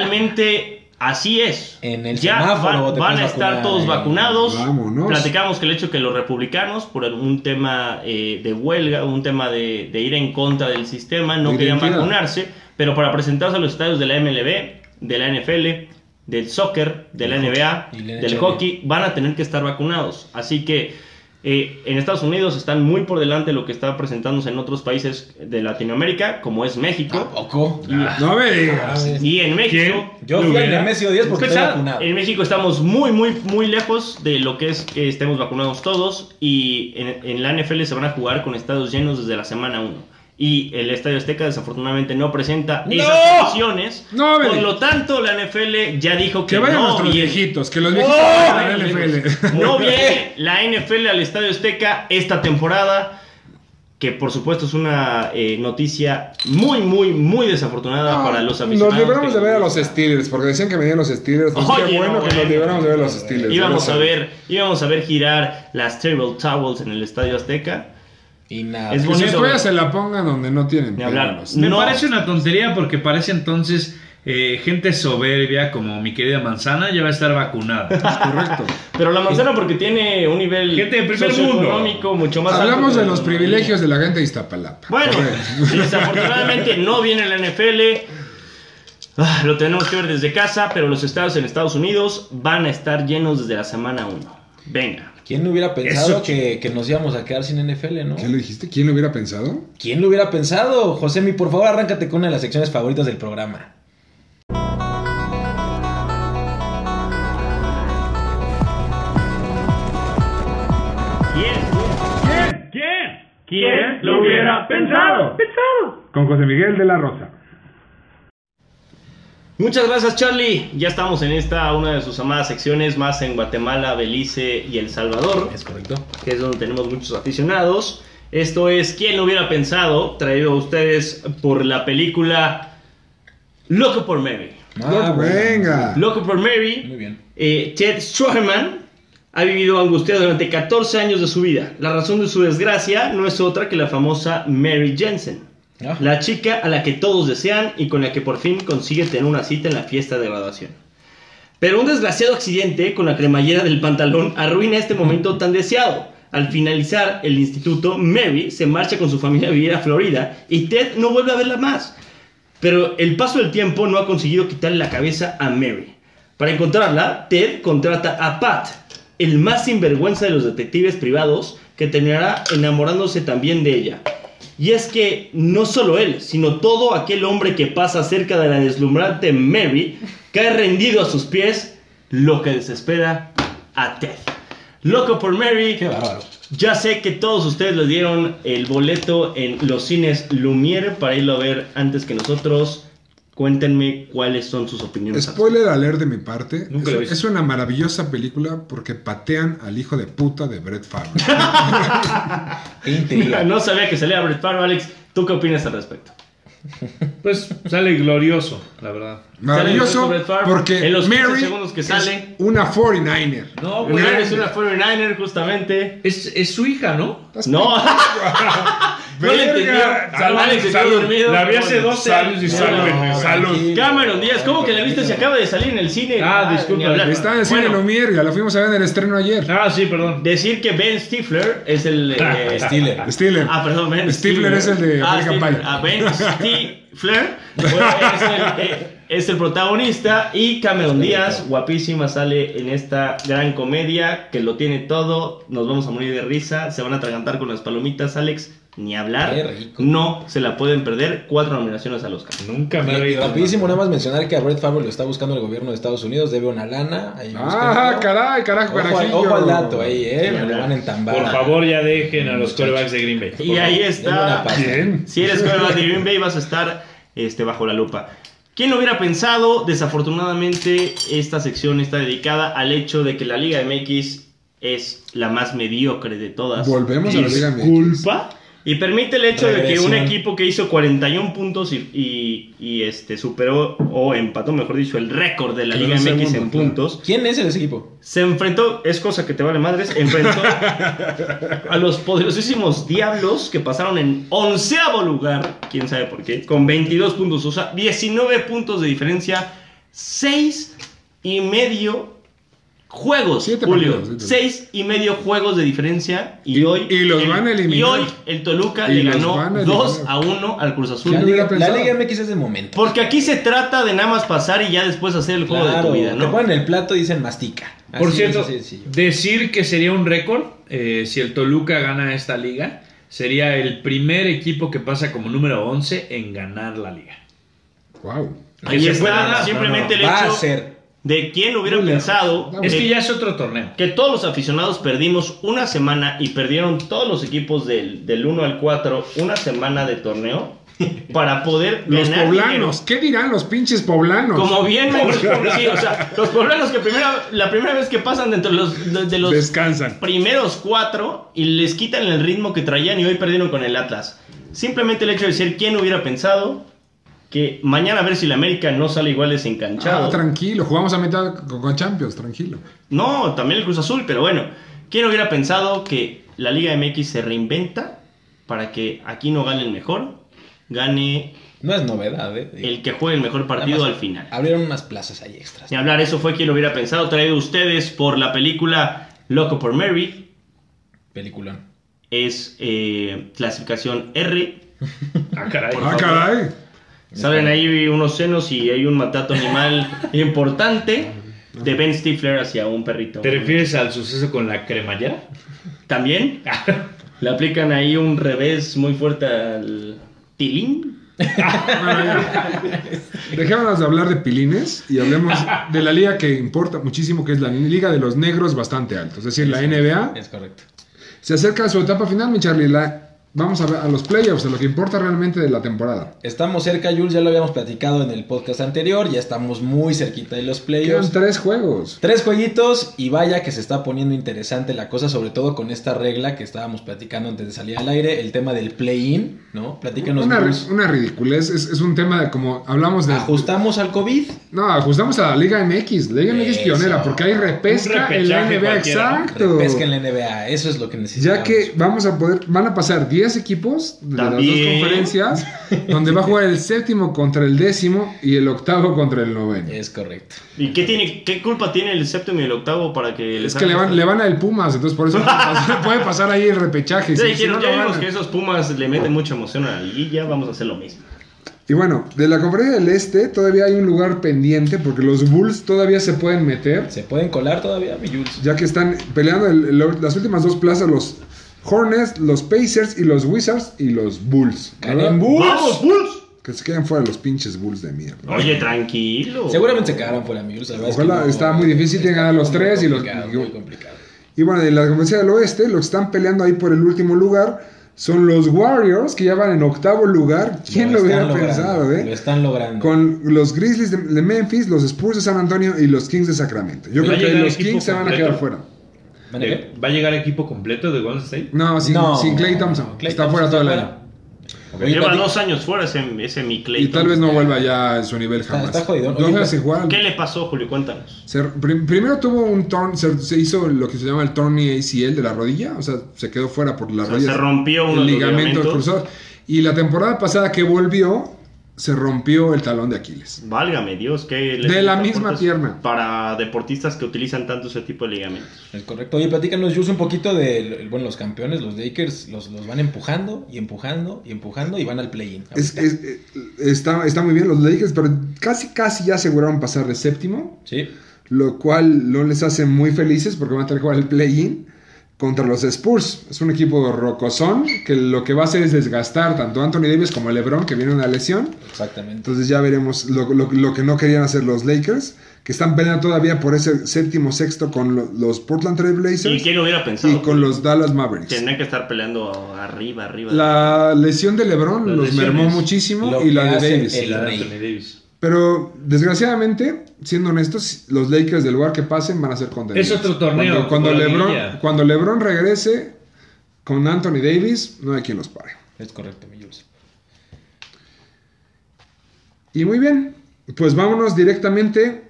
Literalmente así es.
En el
ya
semáforo
van,
te
van a
puedes
estar
vacunar,
todos
eh.
vacunados.
Vámonos.
Platicamos que el hecho que los republicanos, por un tema eh, de huelga, un tema de, de ir en contra del sistema, no
De
querían
identidad.
vacunarse, pero para presentarse a los estadios de la MLB, de la NFL, del soccer, de la NBA,
Y la
del
NHL.
hockey, van a tener que estar vacunados. Así que eh, en Estados Unidos están muy por delante de lo que está presentándose en otros países de Latinoamérica, como es
Ah,
México.
Tampoco.
Ah.
No eh, me digas.
Y en México,
¿Quién?
Yo
¿Lo
fui al
hubiera?
Nemesio 10 porque estoy
Escucha,
vacunado.
en México estamos muy, muy, muy lejos de lo que es que estemos vacunados todos y en, en la NFL se van a jugar con estados llenos desde la semana 1. Y el Estadio Azteca desafortunadamente no presenta esas condiciones.
No,
por
Beli.
lo tanto, la NFL ya dijo que,
Que vayan
no ¡Oh!
nuestros
viene.
viejitos, que los viejitos
¡Oh!
vayan a la NFL.
No viene la NFL al Estadio Azteca esta temporada, que por supuesto es una eh, noticia muy, muy, muy desafortunada para los aficionados.
Nos libramos
que-
de ver a los Steelers, porque decían que venían los Steelers. Pues
Oye,
qué bueno
no,
que nos
bueno.
libramos de ver a los Steelers.
Íbamos a
Gracias.
ver, íbamos a ver girar las Terrible Towels en el Estadio Azteca.
Y nada. pues,
Que
Es
sus
bonito.
joyas se la pongan donde no tienen.
Ni hablar.
pelos.
Me
No.
parece una tontería porque parece entonces eh, gente soberbia como mi querida manzana ya va a estar vacunada.
Correcto.
Pero la manzana porque tiene un nivel
Gente de primer
socioeconómico mucho más alto
Hablamos
que
de
la
los
mayoría.
privilegios de la gente de Iztapalapa.
Bueno,
Correcto.
desafortunadamente no viene la NFL. Ah, lo tenemos que ver desde casa, pero los estados en Estados Unidos van a estar llenos desde la semana 1. Venga.
¿Quién hubiera pensado
Eso,
que, que nos íbamos a quedar sin NFL, no?
¿Qué le dijiste? ¿Quién lo hubiera pensado?
¿Quién lo hubiera pensado? Josemi, por favor, arráncate con una de las secciones favoritas del programa.
¿Quién? ¿Quién? ¿Quién? ¿Quién lo hubiera pensado?
Con José Miguel de la Rosa.
Muchas gracias Charlie, ya estamos en esta una de sus amadas secciones más en Guatemala, Belice y El Salvador,
Es correcto.
que es donde tenemos muchos aficionados. Esto es ¿Quién lo hubiera pensado? Traído a ustedes por la película Loco por Mary.
Ah, venga.
Loco por Mary.
Muy bien.
Eh, Ted Stroheman ha vivido angustiado durante 14 años de su vida. La razón de su desgracia no es otra que la famosa Mary Jensen.
Ah.
La chica a la que todos desean y con la que por fin consigue tener una cita en la fiesta de graduación. Pero un desgraciado accidente con la cremallera del pantalón arruina este momento tan deseado. Al finalizar el instituto, Mary se marcha con su familia a vivir a Florida y Ted no vuelve a verla más. Pero el paso del tiempo no ha conseguido quitarle la cabeza a Mary. Para encontrarla, Ted contrata a Pat, el más sinvergüenza de los detectives privados, que terminará enamorándose también de ella. Y es que no solo él, sino todo aquel hombre que pasa cerca de la deslumbrante Mary cae rendido a sus pies, lo que desespera a Ted. Loco por Mary.
Qué bárbaro.
Ya sé que todos ustedes les dieron el boleto en los cines Lumiere para irlo a ver antes que nosotros. Cuéntenme cuáles son sus opiniones. al
Spoiler alert de mi parte.
Nunca
es,
lo he visto.
es una maravillosa película porque patean al hijo de puta de Brett Favre.
Qué intriga.
No sabía que salía Brett Favre, Alex. ¿Tú qué opinas al respecto?
Pues sale glorioso, la verdad.
Maravilloso
Sale Brett Favre
porque
en los 15
Mary
segundos que sale.
es una 49er.
No,
Pues
güey.
eres una 49er, justamente.
Es, es su hija, ¿no?
No, no le
Verga.
entendió.
Salud,
Alex se quedó
salud.
dormido.
La vi hace
Bueno,
12 años y
no,
salud,
no,
güey,
no.
salud.
Cameron Díaz, ¿cómo que la viste? Se acaba de salir en el cine.
Ah, disculpa,
ni hablar.
Está en el cine
Bueno,
Lumière, ya la fuimos a ver en el estreno ayer.
Ah, sí, perdón.
Decir que Ben Stifler es el. eh,
Steeler.
Stiller.
Ah, perdón, Ben
Stifler es el de
ah,
American
Stifler.
Pie.
Ah, Ben Stifler bueno, es, el, eh, es el protagonista y Cameron Díaz, guapísima, sale en esta gran comedia que lo tiene todo. Nos vamos a morir de risa, se van a atragantar con las palomitas, Alex. Ni hablar,
Qué rico.
no se la pueden perder. Cuatro nominaciones al Oscar.
Nunca me he
Y- y
reído.
rapidísimo, nada más mencionar que a Brett Favre lo está buscando el gobierno de Estados Unidos, debe una lana. ahí
Ah,
búsquenlo.
caray, carajo,
Ojo al-
carajillo.
Ojo al dato ahí, eh,
Sí,
me lo van a entambar.
Por favor, ya dejen a los corebacks de Green Bay.
Y ahí
Denme una
está.
pasta.
¿Quién?
Si eres coreback de Green Bay, vas a estar este, bajo la lupa. ¿Quién lo hubiera pensado? Desafortunadamente, esta sección está dedicada al hecho de que la Liga MX es la más mediocre de todas.
Volvemos a la Liga MX.
Disculpa.
Y permite el hecho de que
Regresión.
un equipo que hizo 41 puntos y, y- y, este, superó o empató, mejor dicho, el récord de la
Quedó
Liga MX
segundo,
en
claro.
puntos,
¿Quién es ese equipo?
se enfrentó, es cosa que te vale madres, enfrentó a los poderosísimos diablos que pasaron en onceavo lugar, quién sabe por qué, con 22 puntos, o sea, 19 puntos de diferencia, 6 y medio juegos,
Siete
Julio,
partidos, siete.
6 y medio juegos de diferencia y, hoy...
y los
el-
van a eliminar.
Y hoy el Toluca
Y
le
los
ganó
van a
2
eliminar.
a 1 al Cruz Azul.
La
lo hubiera
Liga, la
pensado.
Liga MX es de momento.
Porque aquí se trata de nada más pasar y ya después hacer el juego de
Claro,
tu vida,
Te
¿no?
ponen el plato y dicen mastica.
Por
Así,
cierto,
así de sencillo.
decir que sería un récord eh, si el Toluca gana esta liga. Sería el primer equipo que pasa como número 11 en ganar la liga.
Wow.
Ahí
Que se
está,
pueda-
simplemente el
Va a
hecho
ser.
de quién hubiera
Muy lejos.
pensado
Es que
de-
ya es otro torneo.
que todos los aficionados perdimos una semana y perdieron todos los equipos del, del 1 al 4 una semana de torneo para poder
Los
ganar
poblanos,
dinero.
¿qué dirán los pinches poblanos? Ah,
Como bien me sí, o sea, los poblanos que primera, la primera vez que pasan dentro de los, de- de los
Descansan.
primeros cuatro y les quitan el ritmo que traían y hoy perdieron con el Atlas. Simplemente el hecho de decir quién hubiera pensado que mañana a ver si la América no sale igual desencanchado.
Ah, tranquilo, jugamos a mitad con, con Champions, tranquilo.
No, también el Cruz Azul, pero bueno. ¿Quién hubiera pensado que la Liga MX se reinventa para que aquí no gane el mejor? Gane
No es novedad, eh. Digo,
el que juegue el mejor
nada
partido
más
al final.
Abrieron unas plazas ahí extras.
Ni hablar, eso fue quien lo hubiera pensado, traído ustedes por la película Loco por Mary.
Peliculón.
Es eh, clasificación R.
Ah, caray.
Ah, caray.
Salen ahí unos senos y hay un matato animal importante de Ben Stifler hacia un perrito.
¿Te refieres al suceso con la cremallera?
También le aplican ahí un revés muy fuerte al Tilín.
Bueno, ya. Dejémonos de hablar de pilines y hablemos de la liga que importa muchísimo, que es la liga de los negros bastante altos, es decir, la NBA.
Es correcto.
Se acerca a su etapa final, mi Charlie. la- vamos a, ver a los playoffs, a lo que importa realmente de la temporada.
Estamos cerca, Jules, ya lo habíamos platicado en el podcast anterior, ya estamos muy cerquita de los
Quedan
playoffs.
tres juegos.
Tres jueguitos y vaya que se está poniendo interesante la cosa, sobre todo con esta regla que estábamos platicando antes de salir al aire, el tema del play-in, ¿no? Platícanos,
Una,
Jules.
una ridiculez, es, es un tema de como hablamos de...
Ajustamos al COVID,
No, ajustamos a la Liga MX, la Liga MX
Eso.
pionera, porque hay repesca
Un
en la
repechaje
NBA,
cualquiera, ¿no?
exacto.
pesca en la NBA, eso es lo que necesitamos.
Ya que vamos a poder, van a pasar 10 equipos de las
También.
dos conferencias, donde va a jugar el séptimo contra el décimo y el octavo contra el noveno.
Eh,
Es correcto.
¿Y qué, tiene, qué culpa tiene el séptimo y el octavo para que les
Es que le
hagan
van, le
esto?
van al Pumas, entonces por eso puede pasar, puede pasar ahí el repechaje.
Ya
si- si
dijeron,
no
ya
lo
vimos
ganan.
que esos Pumas le meten mucha emoción a la liguilla, vamos a hacer lo mismo.
Y bueno, de la conferencia del este todavía hay un lugar pendiente porque los Bulls todavía se pueden meter.
¿Se pueden colar todavía, mi Jules?
ya que están peleando el- el- las últimas dos plazas los Hornets, los Pacers y los Wizards y los Bulls. ¿verdad?
Ganen Bulls.
¡Vamos, Bulls!
Que se queden fuera los pinches Bulls de mierda.
Oye, tranquilo.
Seguramente se quedaron fuera amigos. la verdad es que
Ojalá, está muy difícil, tienen que ganar los
muy
tres y los-
complicado,
y-
Muy complicado.
Y bueno, de la conferencia del oeste, los que están peleando ahí por el último lugar son los Warriors, que ya van en octavo lugar. ¿Quién lo,
están
hubiera
logrando,
pensado, eh?
Lo están logrando.
Con los Grizzlies de, de Memphis, los Spurs de San Antonio y los Kings de Sacramento. Yo
Va a
creo que
llegar
los
equipo
Kings se van a
completo.
quedar fuera.
¿Mande qué?
Eh, ¿Va a llegar equipo completo de Golden State?
No, sin,
No,
sin Clay Thompson.
Klay
está
Thompson
fuera
está
todo el
fuera.
año.
Oye,
Lleva
Pati,
dos años fuera ese, ese mi Clay
Y tal vez no vuelva ya a su nivel
Está-
jamás.
está jodidón. Oye,
No
pero-
se juega.
¿Qué le pasó, Julio? Cuéntanos.
Se- prim- primero tuvo un torn, se, se hizo lo que se llama el torny ACL de la rodilla, o sea, se quedó fuera por la
sea,
rodilla.
se rompió uno
el
de los
ligamento
ligamentos.
cruzado. Y la temporada pasada que volvió, se rompió el talón de Aquiles.
Válgame Dios, que
De la misma pierna.
Para deportistas que utilizan tanto ese tipo de ligamentos.
Es correcto. Oye, platícanos, Jules, un poquito de bueno, los campeones, los Lakers, los, los van empujando y empujando y empujando y van al play-in.
Es-
ahorita.
es- eh, está, está muy bien los Lakers, pero casi casi ya aseguraron pasar de séptimo,
Sí.
lo cual no les hace muy felices porque van a tener que jugar el play-in contra los Spurs. Es un equipo rocosón que lo que va a hacer es desgastar tanto a Anthony Davis como a LeBron, que viene una lesión.
Exactamente.
Entonces ya veremos lo, lo- lo que no querían hacer los Lakers, que están peleando todavía por ese séptimo sexto con lo- los Portland Trail
¿Y
Blazers
quién lo hubiera
y,
pensado?
con los Dallas Mavericks.
Tendrían que estar peleando arriba, arriba.
La lesión de LeBron
Las
los
lesiones.
mermó muchísimo
Lo
y la
que hace
de Davis.
el-
Y la de
Rey.
Anthony Davis.
Pero desgraciadamente, siendo honestos, los Lakers del lugar que pasen van a ser contendidos.
Es otro torneo,
Cuando, cuando
como la
LeBron,
liguilla.
cuando LeBron regrese con Anthony Davis, no hay quien los pare.
Es correcto, mi Jules.
Y muy bien, pues vámonos directamente,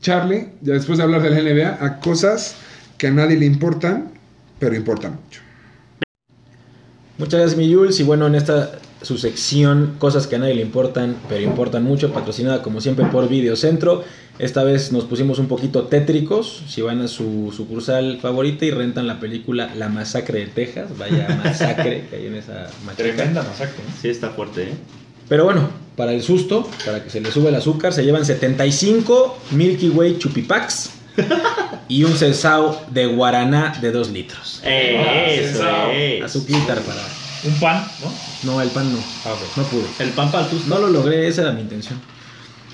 Charlie, ya después de hablar de la NBA, a cosas que a nadie le importan, pero importan mucho.
Muchas gracias, mi Jules. Y bueno, en esta su sección, cosas que a nadie le importan, pero importan mucho, patrocinada como siempre por Videocentro. Esta vez nos pusimos un poquito tétricos. Si van a su sucursal favorita y rentan la película La Masacre de Texas, vaya masacre que hay en esa machaca.
Tremenda masacre. ¿no?
Sí, está fuerte, ¿eh?
Pero bueno, para el susto, para que se le sube el azúcar, se llevan 75 Milky Way Chupipacks y un censao de guaraná de 2 litros.
Eh,
Ah,
eso,
sensado.
eh.
Azuquitar para.
Un pan, ¿no?
No, el pan no.
Ah,
No pude.
El pan para tus-
No lo logré, esa era mi intención.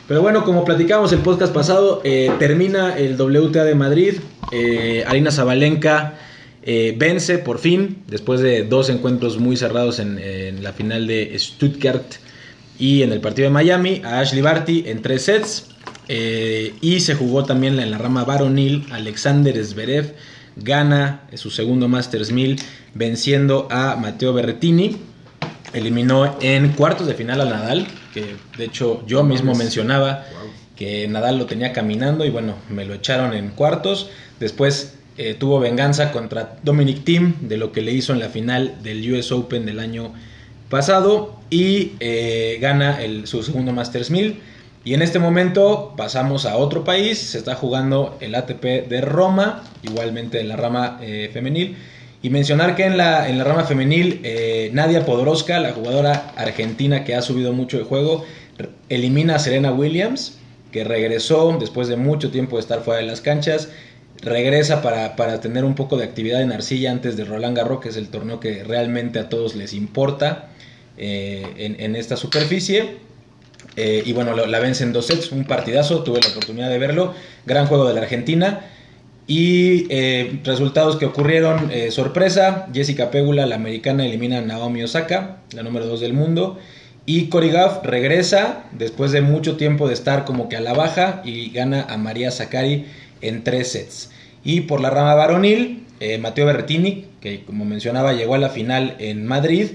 Pero bueno, como platicamos el podcast pasado, eh, termina el WTA de Madrid. eh, Arina Zabalenka eh, vence por fin, después de dos encuentros muy cerrados en, en la final de Stuttgart y en el partido de Miami, a Ashley Barty en tres sets. eh, y se jugó también en la rama varonil, Alexander Zverev gana su segundo Masters 1000 venciendo a Matteo Berretini eliminó en cuartos de final al Nadal, que de hecho yo mismo mencionaba que Nadal lo tenía caminando y bueno, me lo echaron en cuartos. Después eh, tuvo venganza contra Dominic Thiem de lo que le hizo en la final del US Open del año pasado y eh, gana el, su segundo Masters 1000. Y en este momento pasamos a otro país, se está jugando el ATP de Roma, igualmente en la rama eh, femenil. Y mencionar que en la, en la rama femenil, eh, Nadia Podoroska, la jugadora argentina que ha subido mucho el juego, re- elimina a Serena Williams, que regresó después de mucho tiempo de estar fuera de las canchas, regresa para, para tener un poco de actividad en Arcilla antes de Roland Garros, que es el torneo que realmente a todos les importa eh, en, en esta superficie. Eh, y bueno, lo- la vence en dos sets, un partidazo, tuve la oportunidad de verlo, gran juego de la Argentina. Y eh, resultados que ocurrieron, eh, sorpresa, Jessica Pegula, la americana, elimina a Naomi Osaka, la número 2 del mundo. Y Cory Gaff regresa después de mucho tiempo de estar como que a la baja y gana a María Zacari en tres sets. Y por la rama varonil, eh, Matteo Berrettini, que como mencionaba llegó a la final en Madrid,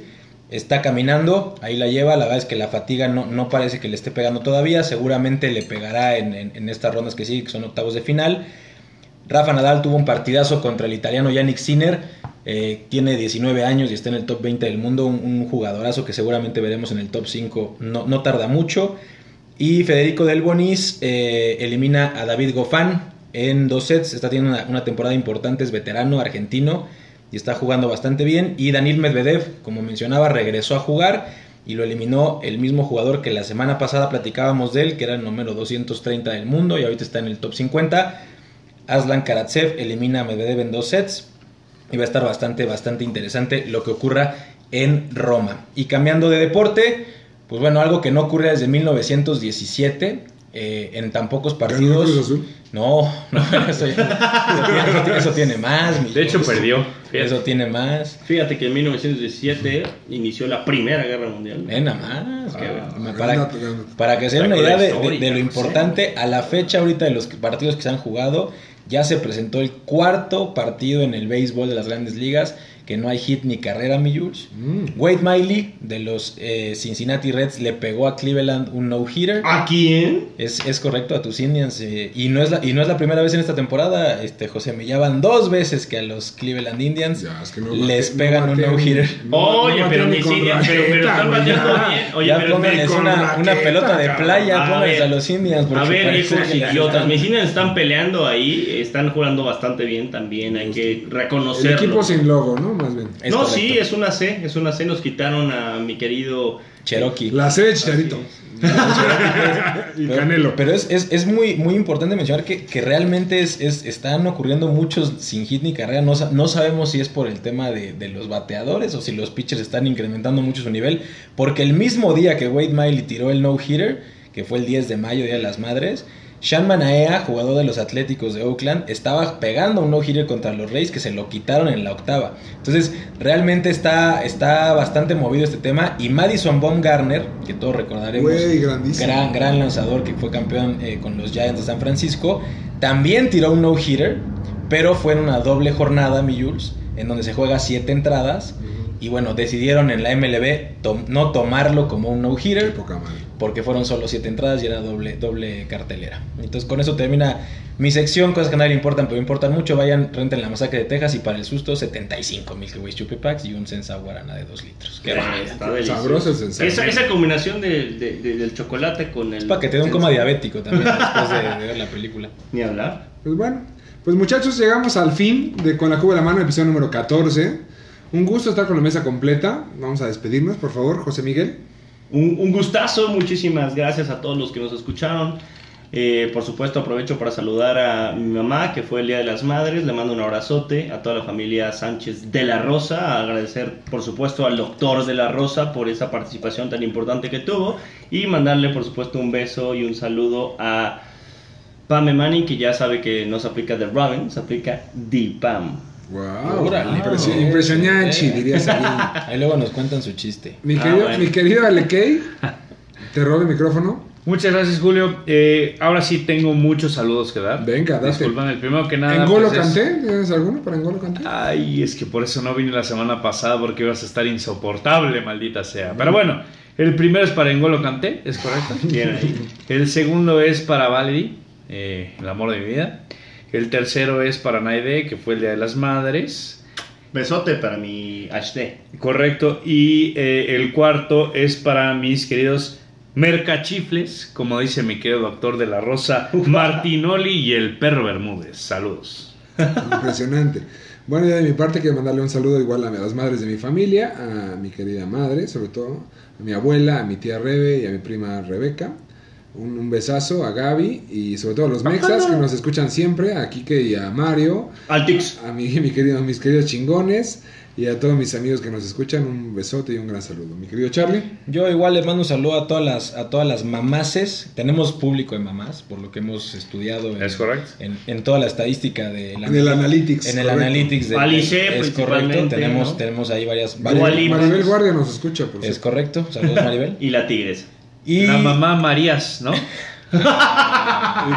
está caminando, ahí la lleva, la verdad es que la fatiga no, no parece que le esté pegando todavía, seguramente le pegará en, en- en estas rondas que sí, que son octavos de final. Rafa Nadal tuvo un partidazo contra el italiano Yannick Sinner. eh, tiene 19 años y está en el top 20 del mundo. Un, un jugadorazo que seguramente veremos en el top 5. No, no tarda mucho. Y Federico Del Bonis eh, elimina a David Goffán en dos sets. Está teniendo una, una temporada importante. Es veterano argentino y está jugando bastante bien. Y Daniel Medvedev, como mencionaba, regresó a jugar y lo eliminó el mismo jugador que la semana pasada platicábamos de él, que era el número 230 del mundo y ahorita está en el top 50. Aslan Karatsev elimina a Medvedev en dos sets. y va a estar bastante, bastante interesante lo que ocurra en Roma. Y cambiando de deporte, pues bueno, algo que no ocurre desde 1917. eh, en tan pocos
¿Ganó el Cruz
partidos.
Azul?
No, no, eso, ya- eso tiene- eso tiene más. mi
De hecho,
Jesús.
perdió. Fíjate.
Eso tiene más.
Fíjate que en 1917 inició la Primera Guerra Mundial.
Nena más. que-
Ah,
para,
dato, dato.
para que se den
Dato
una idea de, de-
histórico,
de lo
sí.
importante, a la fecha ahorita de los partidos que se han jugado, ya se presentó el cuarto partido en el béisbol de las grandes ligas, que no hay hit ni carrera, mi Jules. Wade Miley de los eh, Cincinnati Reds le pegó a Cleveland un no-hitter.
¿A quién?
Es, es correcto a tus Indians. eh, y, no es la, y no es la primera vez en esta temporada, este José. Me llevan dos veces que a los Cleveland Indians
Ya, es que no
les
bate-
pegan
no
un
batean-
no-hitter.
Oye,
batean
pero
ni
ni
con
siquiera- pero-
raqueta,
pero están
güey,
bateando
ya.
bien. Oye,
ya
pero
pónganles
con
una,
raqueta,
una pelota de
cabrón.
playa,
A
pónganles
ver.
a los Indians.
A
porque
ver,
parece
viejos
que ya
idiotas.
están-
Mis Indians están peleando ahí, están jugando bastante bien también, hay que
El
reconocerlo.
equipo sin logo, ¿no? Más bien.
Es
no,
correcto.
sí, es una C, es una C. Nos quitaron a mi querido.
Cherokee.
La sede de Chicharito. y
Pero-
Canelo.
Pero es, es- es muy, muy importante mencionar que, que realmente es, es- están ocurriendo muchos sin hit ni carrera. No, sa- no sabemos si es por el tema de, de los bateadores o si los pitchers están incrementando mucho su nivel. Porque el mismo día que Wade Miley tiró el no-hitter, que fue el 10 de mayo, Día de las Madres, Sean Manaea, jugador de los Atléticos de Oakland, estaba pegando un no-hitter contra los Reyes que se lo quitaron en la octava. Entonces, realmente está, está bastante movido este tema. Y Madison Baumgartner, que todos recordaremos,
Güey, grandísimo.
gran, gran lanzador que fue campeón eh, con los Giants de San Francisco, también tiró un no-hitter, pero fue en una doble jornada, mi Jules, en donde se juega siete entradas. Y bueno, decidieron en la MLB tom- no tomarlo como un
Qué
no-hitter
poca madre.
porque fueron solo siete entradas y era doble, doble cartelera. Entonces con eso termina mi sección, cosas que a nadie le importan, pero importan mucho. Vayan, renten la masacre de Texas y para el susto 75 mil Way Chupi Packs y un sensa guarana de 2 litros. Qué
Ah,
barbaridad.
está delicioso.
Sabroso el sensato.
Esa, esa combinación de- de- de- del chocolate con el. este,
Es para que te dé un coma diabético también después de, de ver la película.
Ni hablar.
Pues bueno, pues muchachos, llegamos al fin de Con la Cuba de la Mano, episodio número 14. Un gusto estar con la mesa completa. Vamos a despedirnos, por favor, José Miguel.
Un, un gustazo, muchísimas gracias a todos los que nos escucharon. Eh, por supuesto, aprovecho para saludar a mi mamá, que fue el Día de las Madres. Le mando un abrazote a toda la familia Sánchez de la Rosa. Agradecer, por supuesto, al doctor de la Rosa por esa participación tan importante que tuvo. Y mandarle, por supuesto, un beso y un saludo a Pame Manning, que ya sabe que no se aplica The Robin, se aplica The Pam.
Wow,
Órale.
impresio- impresionante,
Eh.
dirías alguien.
Ahí luego nos cuentan su chiste.
Mi
Ah,
querido,
bueno.
mi querido Alekei, te robo el micrófono.
Muchas gracias, Julio. Eh, ahora sí tengo muchos saludos que dar.
Venga, date.
Disculpan, el primero que nada.
¿Engolo
pues, es- Ah.
Canté? ¿Tienes alguno para Engolo Canté?
Ay, es que por eso no vine la semana pasada porque ibas a estar insoportable, maldita sea. Pero bueno, el primero es para Engolo Canté, ¿es correcto?
Bien ahí.
El segundo es para Valerie, eh, el amor de mi vida. El tercero es para Naide, que fue el Día de las Madres.
Besote para mi HD.
Correcto. Y eh, el cuarto es para mis queridos mercachifles, como dice mi querido doctor de la Rosa, Martinoli y el perro Bermúdez. Saludos.
Impresionante. Bueno, ya de mi parte quiero mandarle un saludo igual a las madres de mi familia, a mi querida madre, sobre todo, a mi abuela, a mi tía Rebe y a mi prima Rebeca. Un, un besazo a Gaby y sobre todo a los mexas que nos escuchan siempre, a Kike y a Mario,
Al Tix.
a mi, mi querido, mis queridos chingones y a todos mis amigos que nos escuchan. Un besote y un gran saludo. Mi querido Charlie,
Yo igual les mando un saludo a todas las, a todas las mamases. Tenemos público de mamás, por lo que hemos estudiado en,
Es correcto.
en, en toda la estadística de la-
en el Analytics.
en el
correcto.
analytics de
Alice,
es correcto
principalmente,
tenemos
¿no?
tenemos ahí varias,
Vale.
varias-
Igual-
Maribel Guardia nos escucha, por
es
cierto.
correcto saludos Maribel
Y la Tigresa.
y
La mamá Marías, ¿no?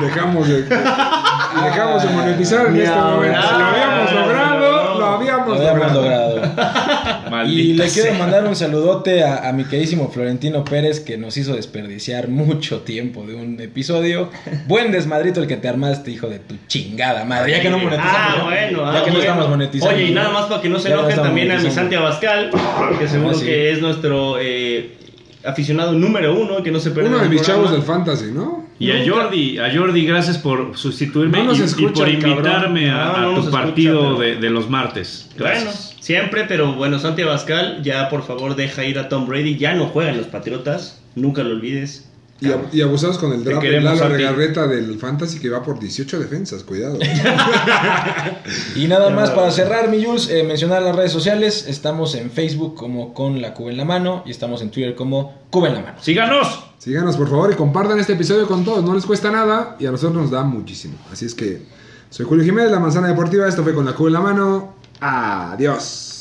Y dejamos de, y dejamos de monetizar en
Ni
este momento.
ahora.
Lo habíamos logrado, lo
lo
habíamos
habíamos
logrado.
logrado y
Maldita
le quiero
sea.
mandar un saludote a, a mi queridísimo Florentino Pérez que nos hizo desperdiciar mucho tiempo de un episodio buen desmadrito el que te armaste hijo de tu chingada madre ya que no monetizamos
Ah,
ya-
bueno.
ya
ah,
que no
bueno.
estamos monetizando
Oye, y nada más para que no se
Ya no
enoje
estamos
también a mi
monetizando.
Santi Abascal, que seguro
Ah, sí.
que es nuestro eh, aficionado número uno, que no se pierde
Uno de
el
mis chavos
programa.
del fantasy, ¿no?
Y a Jordi, a Jordi, gracias por sustituirme
No nos
y, y
escucha
por
el cabrón.
invitarme a,
No,
a
no nos
tu
escucha,
partido
pero-
de, de los martes. Gracias.
Bueno, siempre, pero bueno, Santi Abascal, ya por favor deja ir a Tom Brady. Ya no juegan los Patriotas, nunca lo olvides.
Y, ab- y abusados con el
Te
draft de
queremos
Lalo
a ti.
Regarreta del Fantasy que va por 18 defensas, cuidado.
Y nada
Ya,
más
ya,
para
ya.
cerrar, mi Jules, eh, mencionar las redes sociales. Estamos en Facebook como con la Cuba en la mano y estamos en Twitter como Cuba en la mano.
¡Síganos!
Síganos por favor y compartan este episodio con todos, no les cuesta nada y a nosotros nos da muchísimo. Así es que soy Julio Jiménez, La Manzana Deportiva, esto fue con la Q en la mano. Adiós.